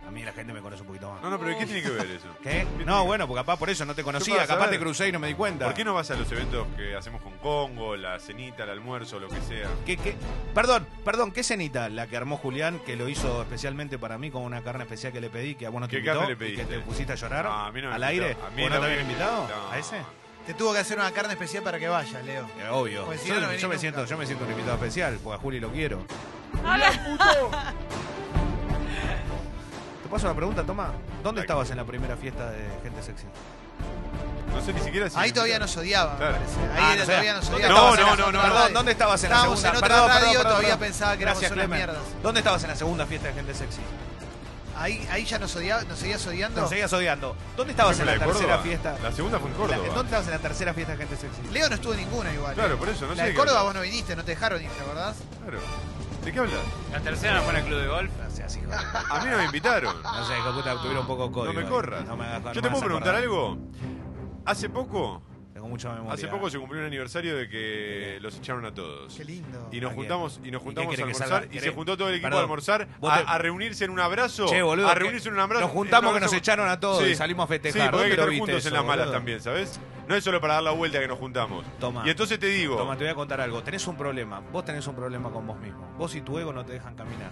Speaker 4: A mí la gente me conoce un poquito más.
Speaker 3: No, no, pero ¿qué tiene que ver eso?
Speaker 4: ¿Qué?
Speaker 3: ¿Qué
Speaker 4: No,
Speaker 3: tiene-
Speaker 4: bueno, porque capaz por eso no te
Speaker 3: ¿Qué
Speaker 4: conocía,
Speaker 3: vas a
Speaker 4: capaz
Speaker 3: ver?
Speaker 4: te crucé y no me di cuenta.
Speaker 3: ¿Por qué no vas a los eventos que hacemos con Congo, la cenita, el almuerzo, lo que sea?
Speaker 4: ¿Qué- qué? Perdón, perdón, ¿qué cenita? La que armó Julián, que lo hizo especialmente para mí con una carne especial que le pedí, que a vos no
Speaker 3: ¿Qué
Speaker 4: te invitó,
Speaker 3: carne le
Speaker 4: y que
Speaker 3: pediste?
Speaker 4: te pusiste a llorar
Speaker 3: No, a mí no me
Speaker 4: al
Speaker 3: invitó.
Speaker 4: aire.
Speaker 3: A mí
Speaker 4: ¿Vos no
Speaker 3: no
Speaker 4: te
Speaker 3: me
Speaker 4: habían invitado?
Speaker 3: invitó.
Speaker 4: ¿A ese?
Speaker 1: Te tuvo que hacer una carne especial para que vayas, Leo.
Speaker 4: Eh, Obvio.
Speaker 1: Pues si
Speaker 4: yo,
Speaker 1: no, no
Speaker 4: yo
Speaker 1: venís
Speaker 4: me
Speaker 1: nunca.
Speaker 4: siento, yo me siento un invitado especial, porque a Juli lo quiero. Te paso una pregunta, toma.
Speaker 3: Like.
Speaker 4: ¿Dónde estabas en la primera fiesta de gente sexy?
Speaker 3: No sé ni siquiera si...
Speaker 1: Ahí todavía nos odiaban, me
Speaker 3: Claro.
Speaker 1: parece. Ahí
Speaker 4: Ah,
Speaker 1: era-
Speaker 4: no sé.
Speaker 1: todavía nos
Speaker 4: ¿Dónde
Speaker 1: odiaban.
Speaker 3: No, no,
Speaker 4: estabas en la segunda-
Speaker 3: no, no.
Speaker 4: Perdón, ¿dónde estabas en la
Speaker 1: Estábamos
Speaker 4: segunda?
Speaker 1: en otra
Speaker 4: Perdón,
Speaker 1: radio,
Speaker 4: perdón, perdón,
Speaker 1: todavía
Speaker 4: perdón.
Speaker 1: pensaba que éramos
Speaker 4: Gracias,
Speaker 1: unas
Speaker 4: Clemen.
Speaker 1: mierdas.
Speaker 4: ¿Dónde estabas en la segunda fiesta de gente sexy?
Speaker 1: Ahí, ahí ya nos, odia- nos seguías odiando.
Speaker 4: Nos seguías odiando. ¿Dónde estabas
Speaker 3: ¿Fue
Speaker 4: en la
Speaker 3: de
Speaker 4: tercera
Speaker 3: Córdoba?
Speaker 4: fiesta?
Speaker 3: La segunda fue en
Speaker 4: La-
Speaker 3: Córdoba.
Speaker 4: ¿Dónde estabas en la tercera fiesta de gente sexy?
Speaker 1: Leo no estuvo en ninguna igual.
Speaker 3: Claro,
Speaker 1: ¿eh?
Speaker 3: por eso, no
Speaker 1: La
Speaker 3: sé
Speaker 1: de
Speaker 3: qué
Speaker 1: Córdoba vos
Speaker 3: hablas.
Speaker 1: no viniste, no te dejaron ir, ¿te acordás?
Speaker 3: Claro. ¿De qué hablas?
Speaker 5: La tercera no fue en el club de golf.
Speaker 4: Gracias, hijo. de-
Speaker 3: A mí no me invitaron.
Speaker 4: No sé, hijo de puta, tuviera un poco de
Speaker 3: No
Speaker 4: código.
Speaker 3: me
Speaker 4: ahí.
Speaker 3: corras.
Speaker 4: No me hagas
Speaker 3: Yo te
Speaker 4: más
Speaker 3: puedo preguntar
Speaker 4: acordar.
Speaker 3: algo. Hace poco,
Speaker 4: Tengo mucha memoria.
Speaker 3: hace poco se cumplió un aniversario de que los echaron a todos.
Speaker 1: Qué lindo.
Speaker 3: Y nos
Speaker 4: Tranquilo.
Speaker 3: juntamos, y nos
Speaker 4: ¿Y
Speaker 3: juntamos
Speaker 4: qué
Speaker 3: a
Speaker 4: querés que
Speaker 3: almorzar
Speaker 4: salga?
Speaker 3: y se
Speaker 4: ¿Querés?
Speaker 3: juntó todo el equipo
Speaker 4: Perdón.
Speaker 3: a almorzar,
Speaker 4: Vos
Speaker 3: a,
Speaker 4: te-
Speaker 3: a reunirse en un abrazo.
Speaker 4: Che, boludo,
Speaker 3: a
Speaker 4: que-
Speaker 3: reunirse en un abrazo.
Speaker 4: nos juntamos
Speaker 3: en un
Speaker 4: que nos
Speaker 3: abrazo-
Speaker 4: echaron a todos y salimos a festejar.
Speaker 3: Sí, porque hay
Speaker 4: ¿Dónde
Speaker 3: que
Speaker 4: lo
Speaker 3: estar
Speaker 4: viste
Speaker 3: juntos en
Speaker 4: eso,
Speaker 3: las malas
Speaker 4: boludo?
Speaker 3: también, ¿sabes? No es solo para dar la vuelta que nos juntamos.
Speaker 4: Toma.
Speaker 3: Y entonces te digo,
Speaker 4: Toma, te voy a contar algo. Tenés un problema. Vos tenés un problema con vos mismo. Vos y tu ego no te dejan caminar.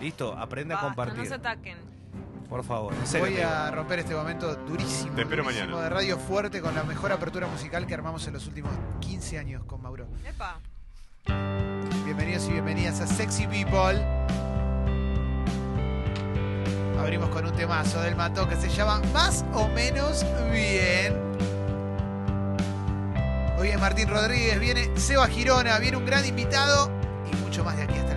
Speaker 4: ¿Listo? Aprende a
Speaker 2: Basta,
Speaker 4: compartir.
Speaker 2: no se ataquen.
Speaker 4: Por favor, en serio.
Speaker 1: Voy
Speaker 4: te digo.
Speaker 1: a romper este momento durísimo.
Speaker 3: Te espero
Speaker 1: durísimo
Speaker 3: mañana.
Speaker 1: De radio fuerte con la mejor apertura musical que armamos en los últimos 15 años con Mauro.
Speaker 2: Epa.
Speaker 1: Bienvenidos y bienvenidas a Sexy People. Abrimos con un temazo del Mató que se llama Más o menos bien. Hoy es Martín Rodríguez, viene Seba Girona, viene un gran invitado y mucho más de aquí hasta la